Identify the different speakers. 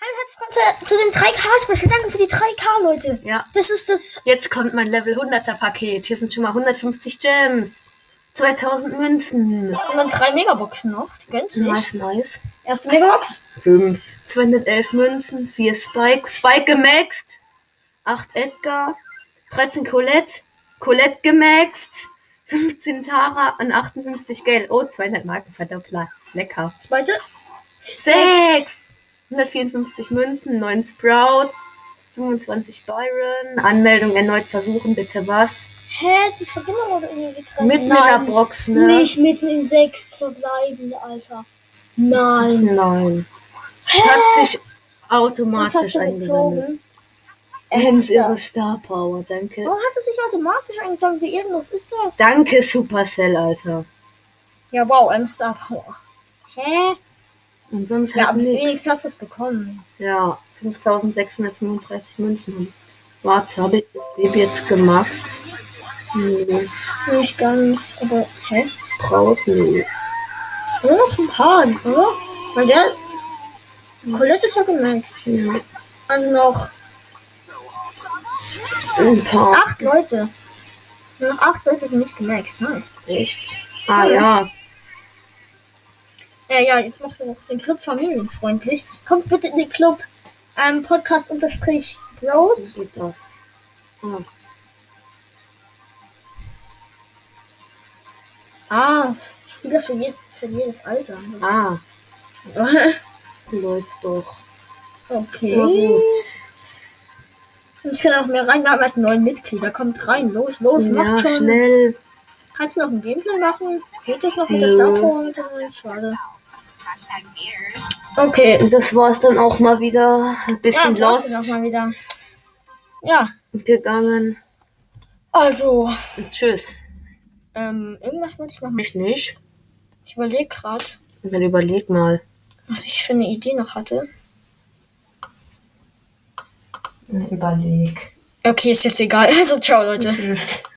Speaker 1: Hallo, herzlich willkommen zu, zu dem 3K-Special. Danke für die 3K, Leute.
Speaker 2: Ja.
Speaker 1: Das ist das.
Speaker 2: Jetzt kommt mein Level 100er Paket. Hier sind schon mal 150 Gems. 2000 Münzen.
Speaker 1: Und dann drei Megaboxen noch. Die gönnst du
Speaker 2: Nice,
Speaker 1: dich.
Speaker 2: nice.
Speaker 1: Erste Megabox.
Speaker 2: 5. 211 Münzen. 4 Spike. Spike gemaxt. 8 Edgar. 13 Colette. Colette gemaxt. 15 Tara und 58 Geld. Oh, 200 Marken verdoppler. Lecker.
Speaker 1: Zweite.
Speaker 2: 6. 154 Münzen. 9 Sprouts. 25 Byron. Anmeldung erneut versuchen, bitte was?
Speaker 1: Hä? Die Verbindung wurde irgendwie getrennt.
Speaker 2: Mitten in der Box, ne?
Speaker 1: Nicht mitten in sechs verbleiben, Alter. Nein.
Speaker 2: Nein. Es hat
Speaker 1: Was
Speaker 2: sich
Speaker 1: hast
Speaker 2: automatisch
Speaker 1: du
Speaker 2: eingesammelt.
Speaker 1: gezogen?
Speaker 2: Ems
Speaker 1: Star.
Speaker 2: ihre Star Power, danke.
Speaker 1: Warum hat es sich automatisch eingesammelt? Wie ehrenlos ist das?
Speaker 2: Danke, Supercell, Alter.
Speaker 1: ja, wow, M-Star Power. Hä?
Speaker 2: Und sonst
Speaker 1: Ja,
Speaker 2: halt
Speaker 1: aber
Speaker 2: nichts.
Speaker 1: wenigstens hast du es bekommen.
Speaker 2: Ja, 5635 Münzen haben. Warte, habe ich das Baby jetzt gemacht? Hm, Nee,
Speaker 1: Nicht ganz, aber. Hä?
Speaker 2: Braut, nee.
Speaker 1: Nur noch ein paar, oder? Weil der. Colette ist ja gemerkt.
Speaker 2: Ja,
Speaker 1: Also noch
Speaker 2: ein paar.
Speaker 1: acht Leute. Nur noch acht Leute sind nicht gemerkt. Nice.
Speaker 2: Echt? Ah ja.
Speaker 1: Ja, ja, jetzt macht er noch den Club familienfreundlich. Kommt bitte in den Club. Ähm, Podcast unterstrich
Speaker 2: Wie
Speaker 1: Bros.
Speaker 2: geht das? Ah.
Speaker 1: Ah, Spieler für, je für jedes Alter.
Speaker 2: ah, läuft doch. Na
Speaker 1: okay.
Speaker 2: gut.
Speaker 1: Und ich kann auch mehr rein. Wir haben erst neun Mitglieder. Kommt rein. Los, los. macht
Speaker 2: ja,
Speaker 1: schon.
Speaker 2: schnell.
Speaker 1: Kannst du noch ein Gameplay machen? Geht das noch mit der
Speaker 2: Nö.
Speaker 1: Star Power mit dem neuen? Schade. Okay.
Speaker 2: Und das war's dann auch mal wieder. Ein
Speaker 1: Ja,
Speaker 2: bisschen
Speaker 1: das war's dann auch
Speaker 2: lost
Speaker 1: mal wieder. Ja,
Speaker 2: gegangen.
Speaker 1: also,
Speaker 2: Tschüss.
Speaker 1: ähm, irgendwas wollte ich noch machen.
Speaker 2: Mich nicht.
Speaker 1: Ich überlege gerade,
Speaker 2: Dann überleg mal.
Speaker 1: was ich für eine Idee noch hatte.
Speaker 2: Überleg.
Speaker 1: Okay, ist jetzt egal. Also, ciao, Leute.
Speaker 2: Tschüss.